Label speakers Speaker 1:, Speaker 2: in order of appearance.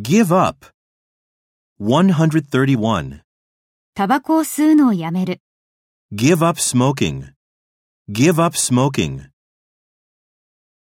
Speaker 1: Give up. 131.
Speaker 2: タバコを吸うのをやめる。
Speaker 1: Give up smoking. Give up smoking.